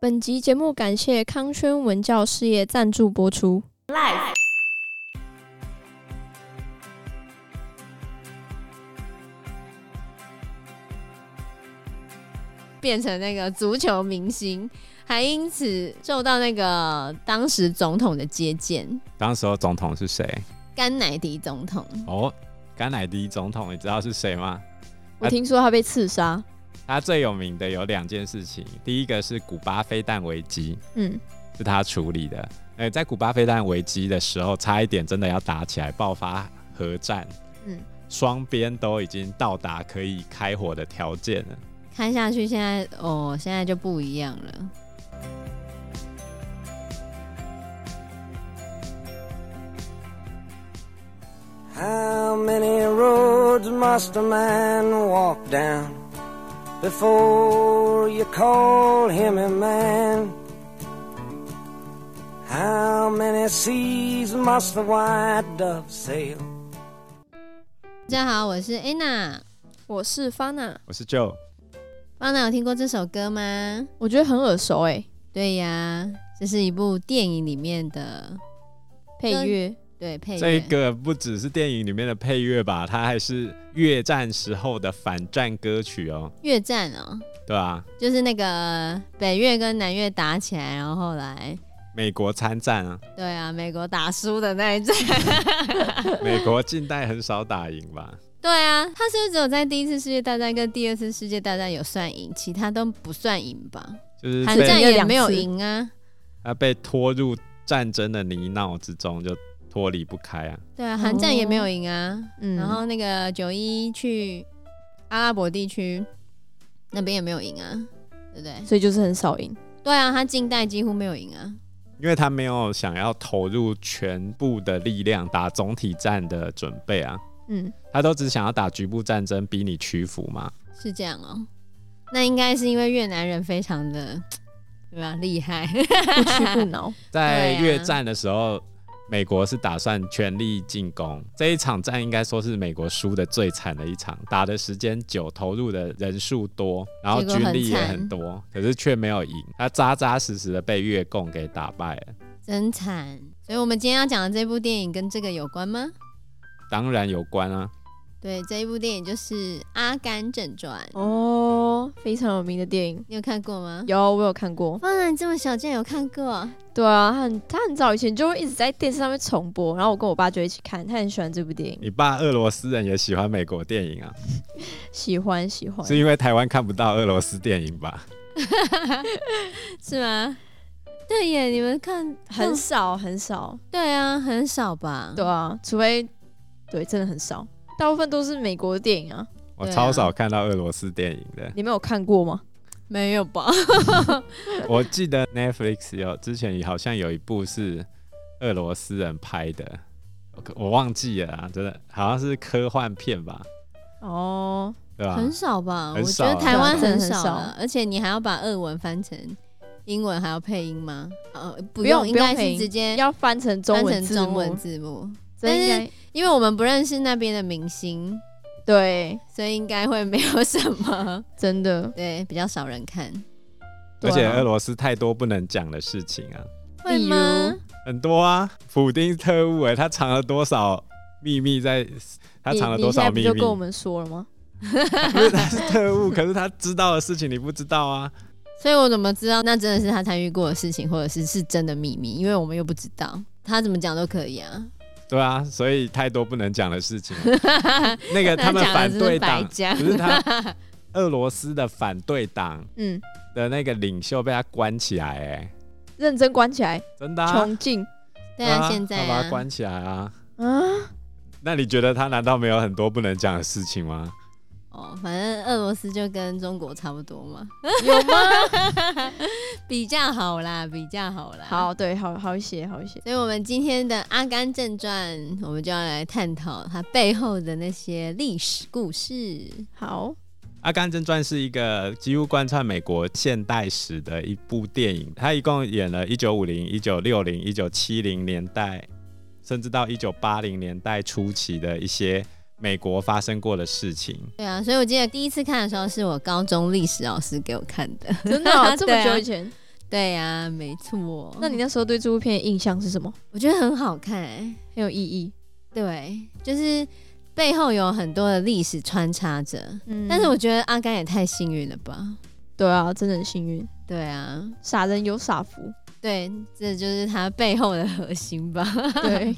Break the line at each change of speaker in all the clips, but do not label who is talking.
本集节目感谢康轩文教事业赞助播出。
Life，
变成那个足球明星，还因此受到那个当时总统的接见，
当时候总统是谁？
甘乃迪总统。
哦，甘乃迪总统，你知道是谁吗？
我听说他被刺杀，
他最有名的有两件事情，第一个是古巴飞弹危机，
嗯，
是他处理的。呃，在古巴飞弹危机的时候，差一点真的要打起来，爆发核战。
嗯
嗯，双边都已经到达可以开火的条件了。
看下去，现在哦，现在就不一样了。
How many roads must a man walk down before you call him a man? How many seas must the white dove sail?
大家好，我是 Anna。
我是
嗯
Fana，
我是 Joe，
方娜有听过这首歌吗？
我觉得很耳熟哎、
对呀，这是一部电影里面的
配乐
对配乐。
这个不只是电影里面的配乐吧，它还是越战时候的反战歌曲哦，
越战哦，
对啊？
就是那个北越跟南越打起来，然后后来
美国参战 啊，
对啊，美国打输的那一战。
美国近代很少打赢吧？
对啊，他是不是只有在第一次世界大战跟第二次世界大战有算赢，其他都不算赢吧？
就是
韩
被
战也
两次
没有赢啊。
他被拖入战争的泥淖之中，就脱离不开啊。
对啊，韩战也没有赢啊。
哦
嗯
然后那个九一去阿拉伯地区那边也没有赢啊，对不对？
所以就是很少赢。
对啊，他近代几乎没有赢啊。
因为他没有想要投入全部的力量打总体战的准备啊，
嗯，
他都只想要打局部战争，逼你屈服嘛。
是这样哦、那应该是因为越南人非常的对吧厉害，
不屈不 挠。
在
对啊
越战的时候，美国是打算全力进攻，这一场战应该说是美国输的最惨的一场，打的时间久，投入的人数多，然后
结果
军
很
力也
惨
很多，可是却没有赢，他扎扎实实的被越共给打败了。
真惨。所以我们今天要讲的这部电影跟这个有关吗？
当然有关啊，
对，这一部电影就是《阿甘正传》，
哦，非常有名的电影，
你有看过吗？
有我有看过。
哇，你这么小竟然有看过？
对啊，他很他很早以前就一直在电视上面重播，然后我跟我爸就一起看，他很喜欢这部电影，
你爸俄罗斯人也喜欢美国电影啊，
喜欢喜欢。
是因为台湾看不到俄罗斯电影吧？
是吗？对耶，你们看
很
嗯
少很少，
对啊，很少吧？
对啊，除非对真的很少，大部分都是美国的电影啊。
我
对啊
超少看到俄罗斯电影的。
你们有看过吗？
没有吧？
我记得 Netflix 有之前好像有一部是俄罗斯人拍的，我我忘记了啊，真的好像是科幻片吧，
哦，
对吧？
很少吧？
啊很
我
少
觉
啊
得台湾
对啊
很
真的
少
很少
啊，而且你还要把俄文翻成英文，还要配音吗？呃，不
不用
用，应
不用
该
配
是
音
直接
要翻成中
翻
文
成
字
中
幕
文字幕，
这应
但是
该
因为我们不认识那边的明星，
对，
所以应该会没有什么，
真的
对，比较少人看，
而
对
且
啊
俄罗斯太多不能讲的事情啊，
会
例如
吗？
很多啊。普丁特务哎、他藏了多少秘密在？他
你
藏了
你
多
现在
少
不
秘
就
密
跟？我 们说了吗？
因为他是特务，可是他知道的事情你不知道啊。
所以我怎么知道那真的是他参与过的事情，或者是是真的秘密？因为我们又不知道，他怎么讲都可以啊。
对啊，所以太多不能讲的事 情了。那个
那
他们
讲了
反
是不是
对
白
党，
讲
不是他 俄罗斯的反对党
嗯，
的那个领袖被他关起来、欸，
认真关起来，
真的、啊，
穷尽
对啊，
啊
现在
他把他
啊，
关起来啊。
啊，
那你觉得他难道没有很多不能讲的事情吗？
哦，反正俄罗斯就跟中国差不多嘛，
有吗？
比较好啦，比较好啦。，
好，对，好好一些，好一些。
所以我们今天的《阿甘正传》，我们就要来探讨它背后的那些历史故事。
好，
《阿甘正传》是一个几乎贯穿美国现代史的一部电影，它一共演了1950、1960、1970年代，甚至到1980年代初期的一些美国发生过的事情。
对啊，所以我记得第一次看的时候是我高中历史老师给我看的，
真的哦、这么久以
前。
前，
对呀、没错。
那你那时候对这部片的印象是什么？
我觉得很好看、欸，
很有意义。
对，就是背后有很多的历史穿插着。
嗯
但是我觉得阿甘也太幸运了吧？
对啊，真的很幸运，
对啊，
傻人有傻福。
对，这就是他背后的核心吧？
对，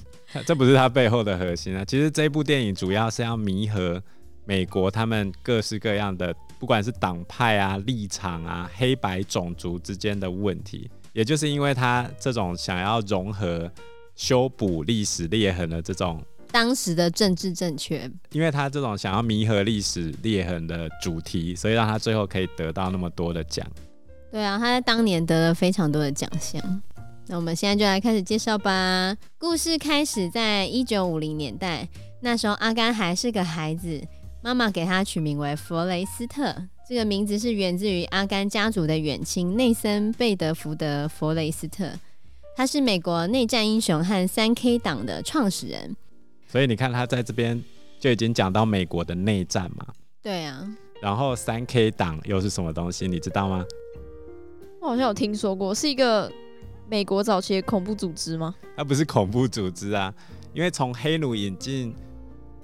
这不是它背后的核心啊。其实这部电影主要是要弥合美国他们各式各样的，不管是党派啊、立场啊、黑白种族之间的问题。也就是因为它这种想要融合、修补历史裂痕的这种，
当时的政治正确，
因为它这种想要弥合历史裂痕的主题，所以让它最后可以得到那么多的奖。
对啊，他在当年得了非常多的奖项。那我们现在就来开始介绍吧。故事开始在一九五零年代，那时候阿甘还是个孩子，妈妈给他取名为弗雷斯特。这个名字是源自于阿甘家族的远亲内森·贝德福德·弗雷斯特，他是美国内战英雄和三 K 党的创始人。
所以你看，他在这边就已经讲到美国的内战嘛。
对啊，
然后三 K 党又是什么东西，你知道吗？
我好像有听说过，是一个美国早期的恐怖组织吗？
它不是恐怖组织啊，因为从黑奴引进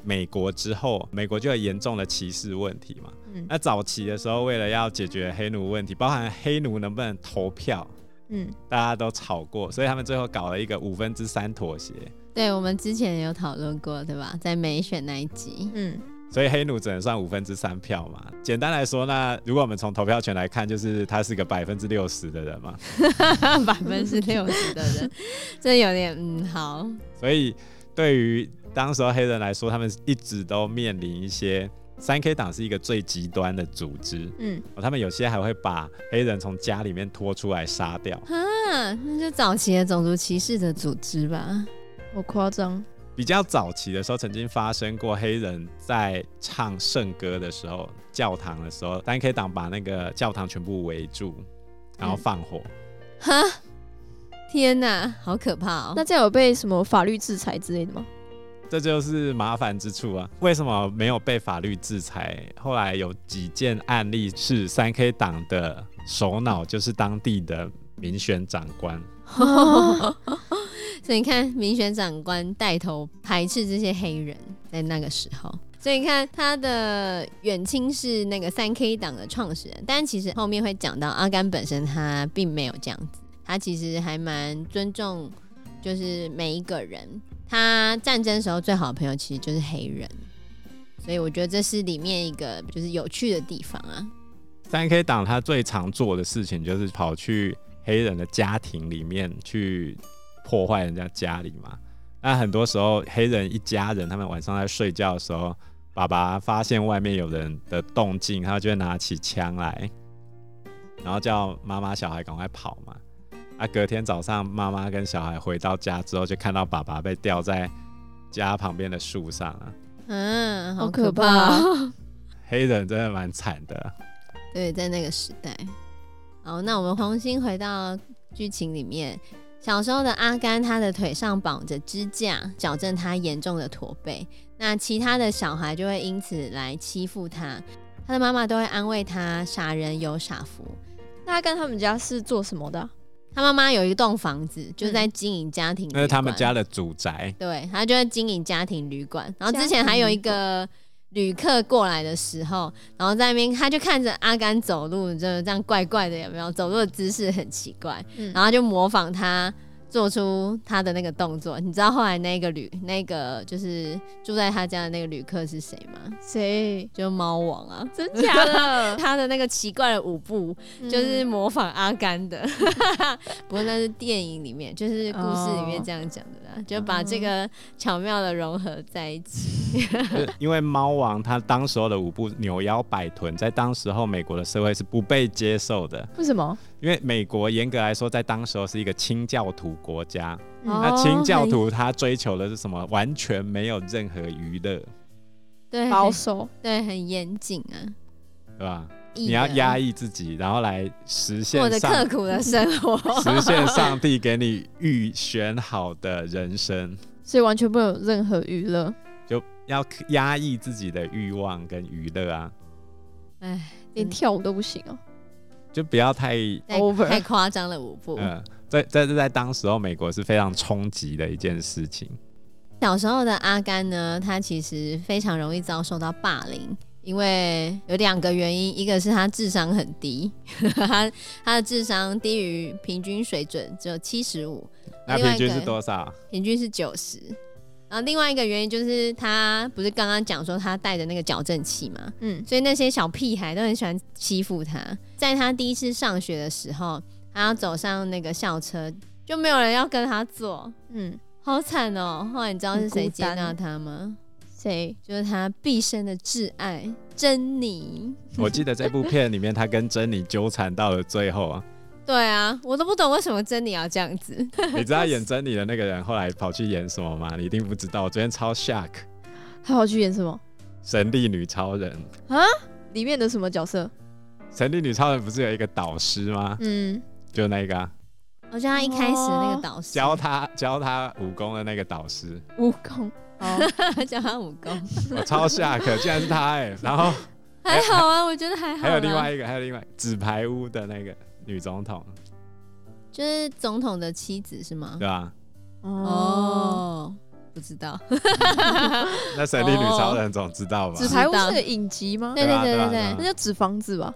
美国之后，美国就有严重的歧视问题嘛。
嗯
那早期的时候，为了要解决黑奴问题，包含黑奴能不能投票，
嗯，
大家都吵过，所以他们最后搞了一个五分之三妥协，
对我们之前也有讨论过，对吧？在美选那一集，
嗯，
所以黑奴只能算五分之三票嘛。简单来说，那如果我们从投票权来看，就是他是个百分之六十的人嘛。
百分之六十的人， 这有点嗯好，
所以对于当时候黑人来说，他们一直都面临一些三 K 党是一个最极端的组织，
嗯，
哦他们有些还会把黑人从家里面拖出来杀掉。
啊，那就早期的种族歧视的组织吧。
好夸张。
比较早期的时候，曾经发生过黑人在唱圣歌的时候，教堂的时候，三 K 党把那个教堂全部围住，然后放火。
哈，天哪，好可怕哦！
那这样有被什么法律制裁之类的吗？
这就是麻烦之处啊！为什么没有被法律制裁？后来有几件案例是三 K 党的首脑就是当地的民选长官，
哦
哦 所以你看，民选长官带头排斥这些黑人，在那个时候。所以你看，他的远亲是那个三 K 党的创始人，但其实后面会讲到阿甘本身他并没有这样子，他其实还蛮尊重，就是每一个人。他战争时候最好的朋友其实就是黑人，所以我觉得这是里面一个就是有趣的地方啊。
三 K 党他最常做的事情就是跑去黑人的家庭里面去破坏人家家里嘛。那很多时候黑人一家人他们晚上在睡觉的时候，爸爸发现外面有人的动静，他就会拿起枪来，然后叫妈妈小孩赶快跑嘛。啊，隔天早上妈妈跟小孩回到家之后，就看到爸爸被吊在家旁边的树上啊。
嗯，
好
好
可
可
怕
怕
哦
哦。
黑人真的蛮惨的。
对，在那个时代。好，那我们重新回到剧情里面。小时候的阿甘，他的腿上绑着支架，矫正他严重的驼背。那其他的小孩就会因此来欺负他，他的妈妈都会安慰他：“傻人有傻福。
那他跟他们家是做什么的啊、”
他妈妈有一栋房子，就在经营家庭、
那是他们家，的祖宅，
对，他就在经营家庭旅馆。然后之
家庭
前
旅
还有一个旅客过来的时候，然后在那边他就看着阿甘走路，就是这样怪怪的，有没有？走路的姿势很奇怪。
嗯
然后就模仿他做出他的那个动作。你知道后来那个旅那个就是住在他家的那个旅客是谁吗？
谁？
就猫王啊，
真假的？
他的那个奇怪的舞步
嗯
就是模仿阿甘的，嗯 不过那是电影里面，就是故事里面这样讲的啦，就把这个巧妙的融合在一起。
就是因为猫王他当时候的舞步扭腰摆臀，在当时候美国的社会是不被接受的，
为什么？
因为美国严格来说，在当时候是一个清教徒国家。
嗯
那清教
哦很
徒他追求的是什么？完全没有任何娱乐，
对
保
很
守，
对很严谨啊，
对吧？
你
你要压抑自己，然后来实
过
现
着
上
刻苦的生 活。
实现上帝给你预选好的人生，
所以完全不能有任何娱乐。
就要压抑自己的欲望跟娱乐啊。
哎，
连跳舞都不行哦、
就不要太
Over
太太夸张了五步。
嗯，在在在当时候美国是非常冲击的一件事情。
小时候的阿甘呢，他其实非常容易遭受到霸凌，因为有两个原因，一个是他智商很低， 他他的智商低于平均水准，只有七十五，
那
另
平
外一
均
个
是多 少？
平均是九十。然后另外一个原因就是他不是刚刚讲说他带的那个矫正器嘛，
嗯，
所以那些小屁孩都很喜欢欺负他。在他第一次上学的时候，他要走上那个校车，就没有人要跟他坐，
嗯，
好惨哦、后来你知道是谁接纳他吗？
谁？
就是他毕生的挚爱珍妮。
我记得这部片里面，他跟珍妮纠缠到了最后 啊。
对啊，我都不懂为什么珍妮要这样子。
你知道演珍妮的那个人后来跑去演什么吗？你一定不知道。我昨天超 shock，
他要去演什么？
神力女超人。
里面的什么角色？
神力女超人不是有一个导师吗？
嗯，
就那个啊、
我觉得他一开始的那个导师
教他教他武功的那个导师，
蜈蚣。 哦，
他教他武功，
我超 shock，竟然是他 哎、然后
还好啊，我觉得还好啦。
还有另外一个，还有另外纸牌屋的那个女总统，
就是总统的妻子是吗
对？吧、
哦，
哦，不知道。
那神力女超人总知
哦
道吧？
纸牌屋是个影集吗？
对对
吧
对
吧
对对
那
吧
叫纸房子吧？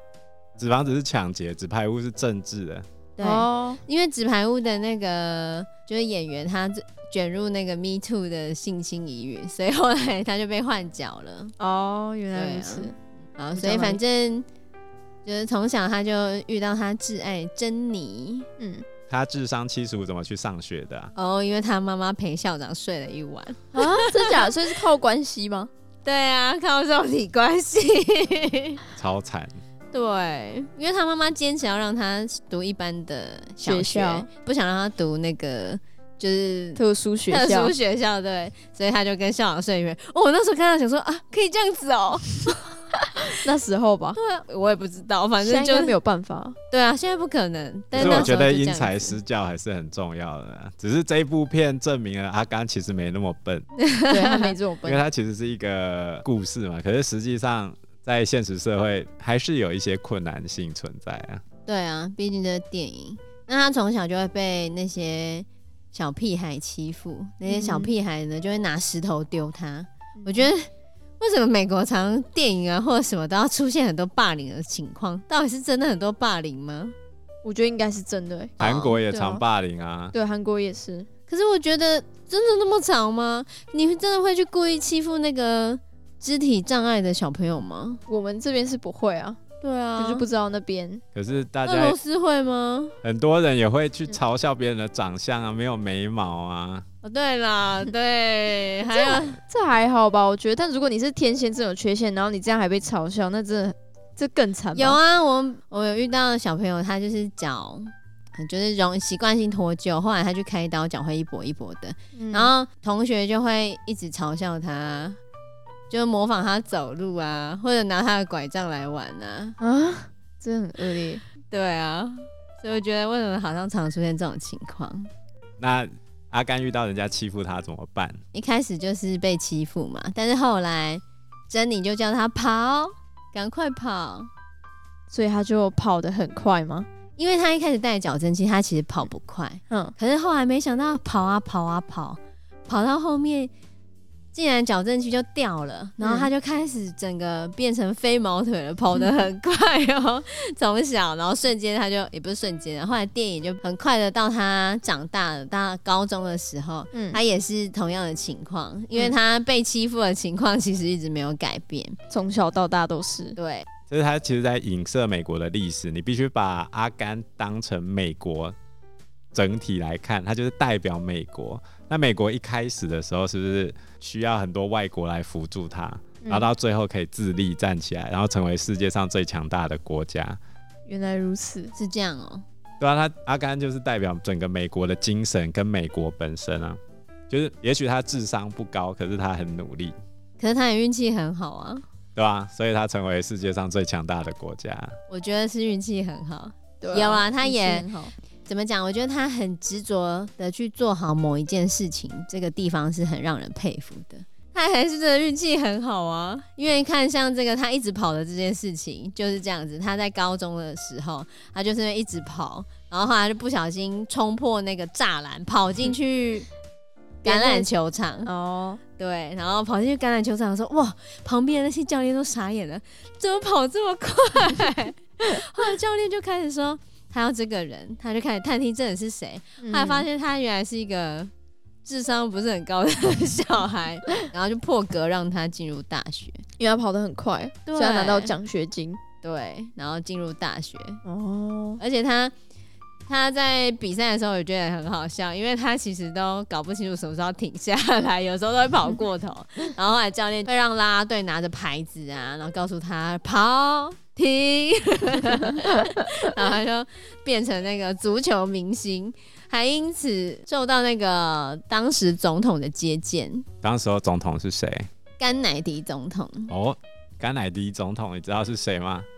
纸房子是抢劫，纸牌屋是政治的。
对，
哦，
因为纸牌屋的那个就是演员，他卷入那个 Me Too 的性侵疑云，所以后来他就被换角了。
哦，原来如此。
对啊，
你
所
讲哪
以
里
反正就是从小他就遇到他挚爱珍妮
嗯，
他智商七十五，怎么去上学的啊、
哦，因为他妈妈陪校长睡了一晚。
啊，真假？ 所以是靠关系吗？
对啊，靠肉体关系。
超惨！
对，因为他妈妈坚持要让他读一般的小学，
学校
不想让他读那个就是
特殊学
特
校
殊，学校，对，所以他就跟校长睡一边。哦，我那时候看到想说啊，可以这样子哦，
那时候吧，
对，啊我也不知道，反
现在
正就
应该没有办法。
对啊，现在不可能。但
可
是
是
那
我
时
觉
候就
得
这
因
样
材
子
施教还是很重要的啊。只是这一部片证明了阿甘其实没那么笨，
对他没这种
因
本
为他其实是一个故事嘛。可是实际上在现实社会还是有一些困难性存在啊。
对啊，毕竟这是电影。那他从小就会被那些小屁孩欺负，那些小
嗯
屁孩呢就会拿石头丢他。我
得
觉得为什么美国常常电影啊或者什么都要出现很多霸凌的情况？到底是真的很多霸凌吗？
我觉得应该是真的欸。
韩国也
哦
对啊
常霸凌啊，
对，韩国也是。
可是我觉得真的那么长吗？你真的会去故意欺负那个肢体障碍的小朋友吗？
我们这边是不会啊，
对啊，
就是不知道那边。
可是大
俄
家
罗斯嗯会吗？
很多人也会去嘲笑别人的长相啊，没有眉毛啊。
哦，对啦，对， 还有
这还好吧，我觉得。但如果你是天仙这种缺陷，然后你这样还被嘲笑，那真的这更惨吧。
有啊，我我有遇到小朋友，他就是脚。就是容习惯性脱臼，后来他去开刀，脚会一跛一跛的。
嗯，
然后同学就会一直嘲笑他，就模仿他走路啊，或者拿他的拐杖来玩啊。
啊，真的很恶劣。
对啊，所以我觉得为什么好像常出现这种情况？
那阿甘遇到人家欺负他怎么办？
一开始就是被欺负嘛，但是后来珍妮就叫他跑，赶快跑，
所以他就跑得很快吗？
因为他一开始带矫正器，他其实跑不快，
嗯，
可是后来没想到跑啊跑啊跑，跑到后面竟然矫正器就掉了，然后他就开始整个变成飞毛腿了，跑得很快哦，从小，然后瞬间他就也不是瞬间，然后后来电影就很快的到他长大了，到高中的时候。
嗯
他也是同样的情况，因为他被欺负的情况其实一直没有改变。
从小到大都是。
对，
就是他其实在影射美国的历史，你必须把阿甘当成美国整体来看，他就是代表美国。那美国一开始的时候，是不是需要很多外国来辅助他，
嗯
嗯
然后到最后可以自立站起来，然后成为世界上最强大的国家？
原来如此。
是这样哦、
对啊，他阿甘就是代表整个美国的精神跟美国本身啊，就是也许他智商不高，可是他很努力，
可是他也运气很好啊，
对吧、所以他成为世界上最强大的国家。
我觉得是运气很好。
对
有啊他也
运气很 好
怎么讲？我觉得他很执着的去做好某一件事情，这个地方是很让人佩服的。他还是真的运气很好啊，因为看像这个他一直跑的这件事情就是这样子。他在高中的时候，他就是因为一直跑，然后后来就不小心冲破那个栅栏，跑进去橄榄球场。
哦，
对，然后跑进去橄榄球场的时候，哇，旁边的那些教练都傻眼了，怎么跑这么快？ 后来教练就开始说他要这个人，他就开始探听这人是谁，
嗯
后来发现他原来是一个智商不是很高的 小孩，然后就破格让他进入大学，
因为他跑得很快，
对
所以他拿到奖学金。
对，然后进入大学，
哦，
而且他。他在比赛的时候，我觉得很好笑，因为他其实都搞不清楚什么时候停下来，有时候都会跑过头。然后后来教练会让啦啦队拿着牌子啊，然后告诉他跑停， 然后他就变成那个足球明星，还因此受到那个当时总统的接见，
当时候总统是谁？
甘乃迪总统。
哦，甘乃迪总统，你知道是谁吗？
哎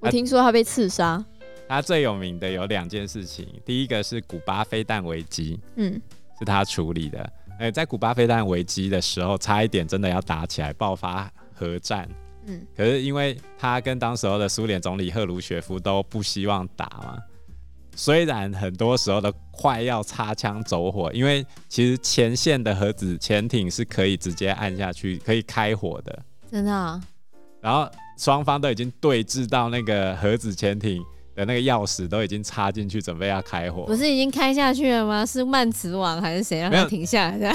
我听说他被刺杀。
他最有名的有两件事情，第一个是古巴飞弹危机，
嗯，
是他处理的。哎、在古巴飞弹危机的时候，差一点真的要打起来，爆发核战。
嗯，
可是因为他跟当时候的苏联总理赫鲁雪夫都不希望打嘛，虽然很多时候都快要擦枪走火，因为其实前线的核子潜艇是可以直接按下去，可以开火的。
真的啊、
然后双方都已经对峙到那个核子潜艇的那个钥匙都已经插进去，准备要开火
不，是已经开下去了吗？是曼慈王还是谁让
哦没
他
有
停下来的？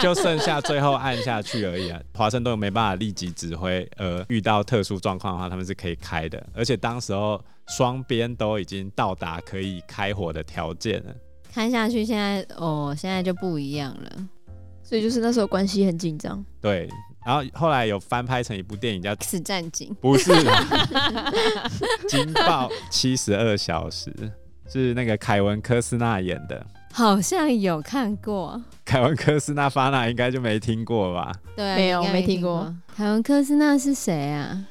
就剩下最后按下去而已啊。华盛顿没办法立即指挥，呃，遇到特殊状况的话，他们是可以开的。而且当时候双边都已经到达可以开火的条件了。
看下去，现在哦，现在就不一样了。
所以就是那时候关系很紧张。
对，然后后来有翻拍成一部电影叫
X 战警，
不是 啦，《惊爆七十二小时》，是那个凯文科斯纳演的。
好像有看过，
凯文·科斯纳发那应该就没听过吧？
对啊、
没有
应该
没听过
过。凯文科斯纳是谁啊？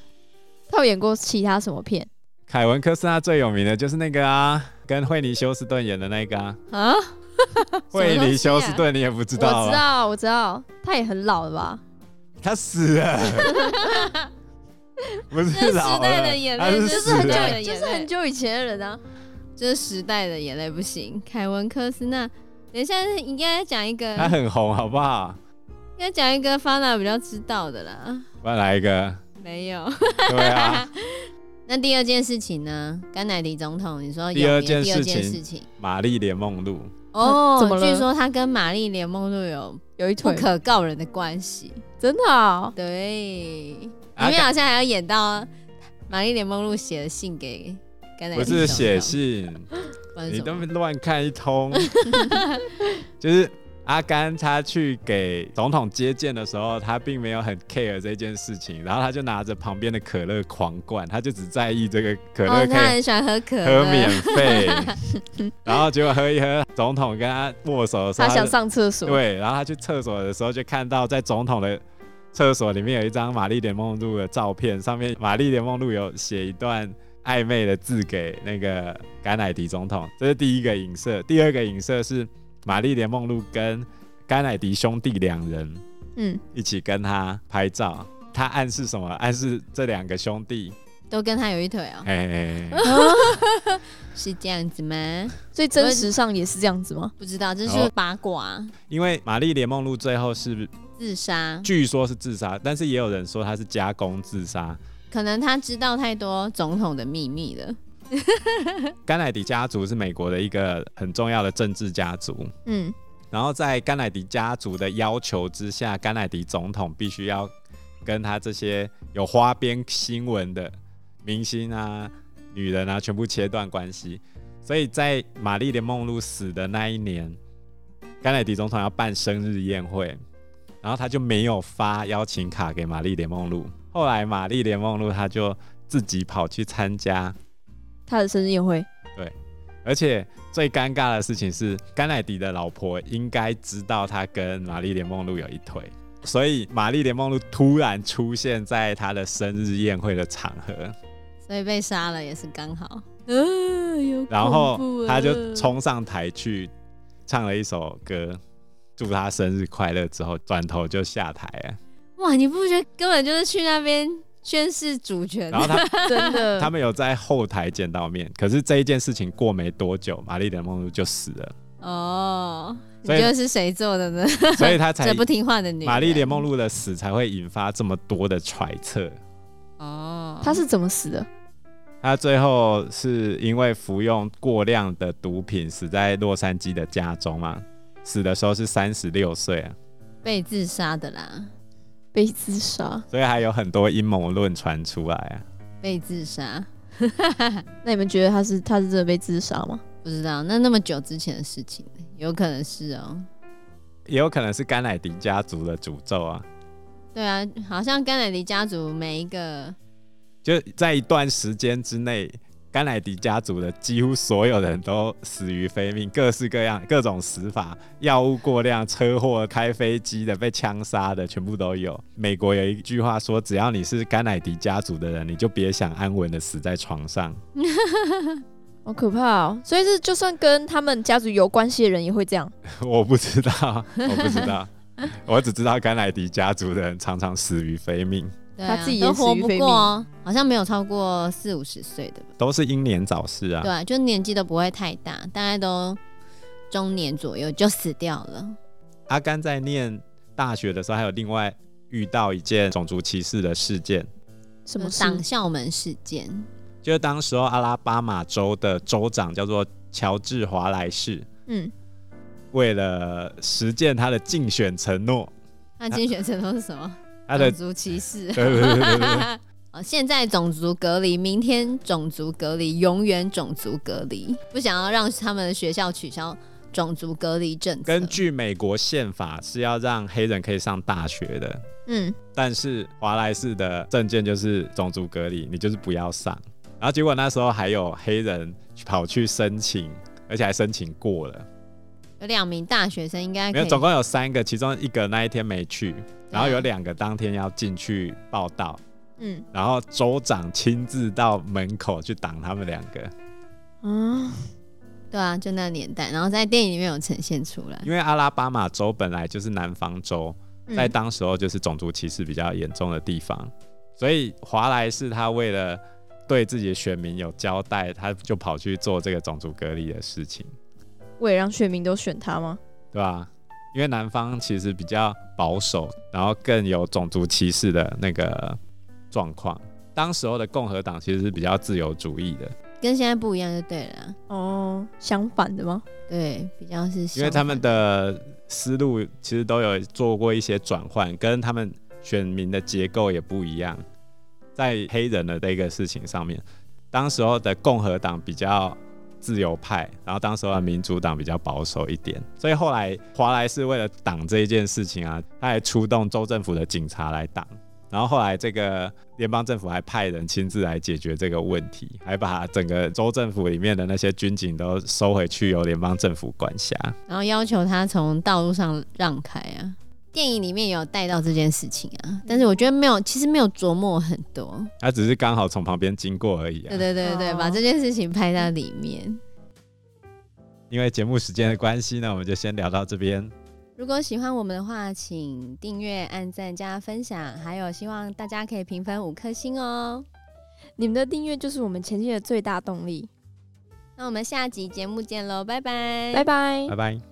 他有演过其他什么片？
凯文·科斯纳最有名的就是那个啊，跟惠妮·休斯顿演的那个啊，
啊，
惠妮·
什么
休
东西啊
斯顿你也不知道
我知
啊？
道，我知道，他也很老了吧？
他死了， 不是老
这是时代
了
的眼，泪
他
这是
死
很久
了
以。对
就是很久以前的人啊。
这是时代的眼泪不行。凯文科斯纳，等一下应该讲一个，
他
应
很红，好不好？
该讲一个 Fana 比较知道的啦。
我要来一个，
没有。
对 啊，
那第二件事情呢？甘乃迪总统，你说有
第二
名
件
的第二
事
件
情
事情
玛丽莲梦露，
哦，
怎么了
据说他跟玛丽莲梦露有
有一
不
腿，
可告人的关系。
真的啊、
对，里
啊
面好像还要演到玛丽莲梦露写的信给甘乃迪
不
总统，
是写信，
不然
你
什
都
么，
乱看一 通，就是阿甘他去给总统接见的时候，他并没有很 care 这件事情，然后他就拿着旁边的可乐狂灌，他就只在意这个可乐
哦，呃
可
他
以
很喜欢喝可
喝啊
乐，
免 费，然后结果喝一喝，总统跟他握手的时候，
他想
就
上厕所。
对，然后他去厕所的时候就看到在总统的。厕所里面有一张玛丽莲梦露的照片，上面玛丽莲梦露有写一段暧昧的字给那个甘乃迪总统，这是第一个影射。第二个影射是玛丽莲梦露跟甘乃迪兄弟两人
嗯，
一起跟他拍照，他暗示什么？暗示这两个兄弟，
都跟他有一腿哦，
哎、哎哎
是这样子吗？
所以真实上也是这样子吗？
不知道，这
哦
是八卦，
因为玛丽莲梦露最后是
自杀，
据说是自杀，但是也有人说她是加工自杀。
可能他知道太多总统的秘密了。
甘乃迪家族是美国的一个很重要的政治家族，
嗯，
然后在甘乃迪家族的要求之下，甘乃迪总统必须要跟他这些有花边新闻的明星啊、女人啊，全部切断关系。所以在玛丽莲梦露死的那一年，甘乃迪总统要办生日宴会，然后他就没有发邀请卡给玛丽莲梦露。后来玛丽莲梦露她就自己跑去参加，
他的生日宴会，
而且最尴尬的事情是，甘乃迪的老婆应该知道他跟玛丽莲梦露有一腿，所以玛丽莲梦露突然出现在他的生日宴会的场合，
所以被杀了也是刚好，嗯、有
然后他就冲上台去唱了一首歌，祝他生日快乐之后，转头就下台 了。
哇，你不觉得根本就是去那边宣示主权
然？后他
真的
他们有在后台见到面，可是这一件事情过没多久，玛丽莲梦露就死 了，
哦，你
所以
觉得是谁做的呢？
所以他才
这不听话的女人，
玛丽莲梦露的死才会引发这么多的揣测。
哦，
他是怎么死的？
他最后是因为服用过量的毒品死在洛杉矶的家中嘛，死的时候是三十六岁啊，
被自杀的啦，
被自杀？
所以还有很多阴谋论传出来啊。
被自杀，
那你们觉得他是他是真的被自杀吗？
不知道那那么久之前的事情，有可能是哦。
也有可能是甘乃迪家族的诅咒啊，
对啊，好像甘乃迪家族每一个
就在一段时间之内，甘乃迪家族的几乎所有人都死于非命，各式各样、各种死法，药物过量、车祸、开飞机的、被枪杀的，全部都有。美国有一句话说，只要你是甘乃迪家族的人，你就别想安稳的死在床上。
好可怕哦！所以是就算跟他们家族有关系的人也会这样。
我不知道，我不知道。我只知道甘乃迪家族的人常常死于非命，
对啊
他自己也
都
死于
活不
非命
过哦，好像没有超过四五十岁的吧？
都是英年早逝啊
对。啊，就年纪都不会太大，大概都中年左右就死掉了。
阿甘在念大学的时候，还有另外遇到一件种族歧视的事件，
什么
就
事？
党校门事件？
就是当时候阿拉巴马州的州长叫做乔治·华莱士，
嗯，
为了实践他的竞选承诺，
那竞选成都是什么？
他的
种族歧视。
对对对对对
哦，现在种族隔离，明天种族隔离，永远种族隔离，不想要让他们的学校取消种族隔离政策。
根据美国宪法是要让黑人可以上大学的，
嗯，
但是华莱士的证件就是种族隔离，你就是不要上。然后结果那时候还有黑人跑去申请，而且还申请过了。
有两名大学生应该
没
可
有，
以
总共有三个，其中一个那一天没去，然后有
对
两个当天要进去报道，
嗯
然后州长亲自到门口去挡他们两个，
嗯啊，
对啊，就那年代，然后在电影里面有呈现出来。
因为阿拉巴马州本来就是南方州，
嗯
在当时候就是种族歧视比较严重的地方，所以华莱士他为了对自己的选民有交代，他就跑去做这个种族隔离的事情，
为了让选民都选他吗？
对吧、因为南方其实比较保守，然后更有种族歧视的那个状况。当时候的共和党其实是比较自由主义的，
跟现在不一样就对了啦，
哦，相反的吗？
对，比较是
因为他们的思路其实都有做过一些转换，跟他们选民的结构也不一样。在黑人的这个事情上面，当时候的共和党比较自由派，然后当时候的民主党比较保守一点，所以后来华莱士为了挡这一件事情啊，他还出动州政府的警察来挡。然后后来，这个联邦政府还派人亲自来解决这个问题，还把整个州政府里面的那些军警都收回去，由联邦政府管辖。
然后要求他从道路上让开啊。电影里面也有带到这件事情啊，但是我觉得没有，其实没有琢磨很多。
他只是刚好从旁边经过而已、啊。
对对对对，
哦
把这件事情拍到里面。
因为节目时间的关系呢，我们就先聊到这边。
如果喜欢我们的话，请订阅、按赞、加分享，还有希望大家可以评分五颗星哦。
你们的订阅就是我们前进的最大动力。
那我们下集节目见喽，拜拜，
拜拜
拜。拜。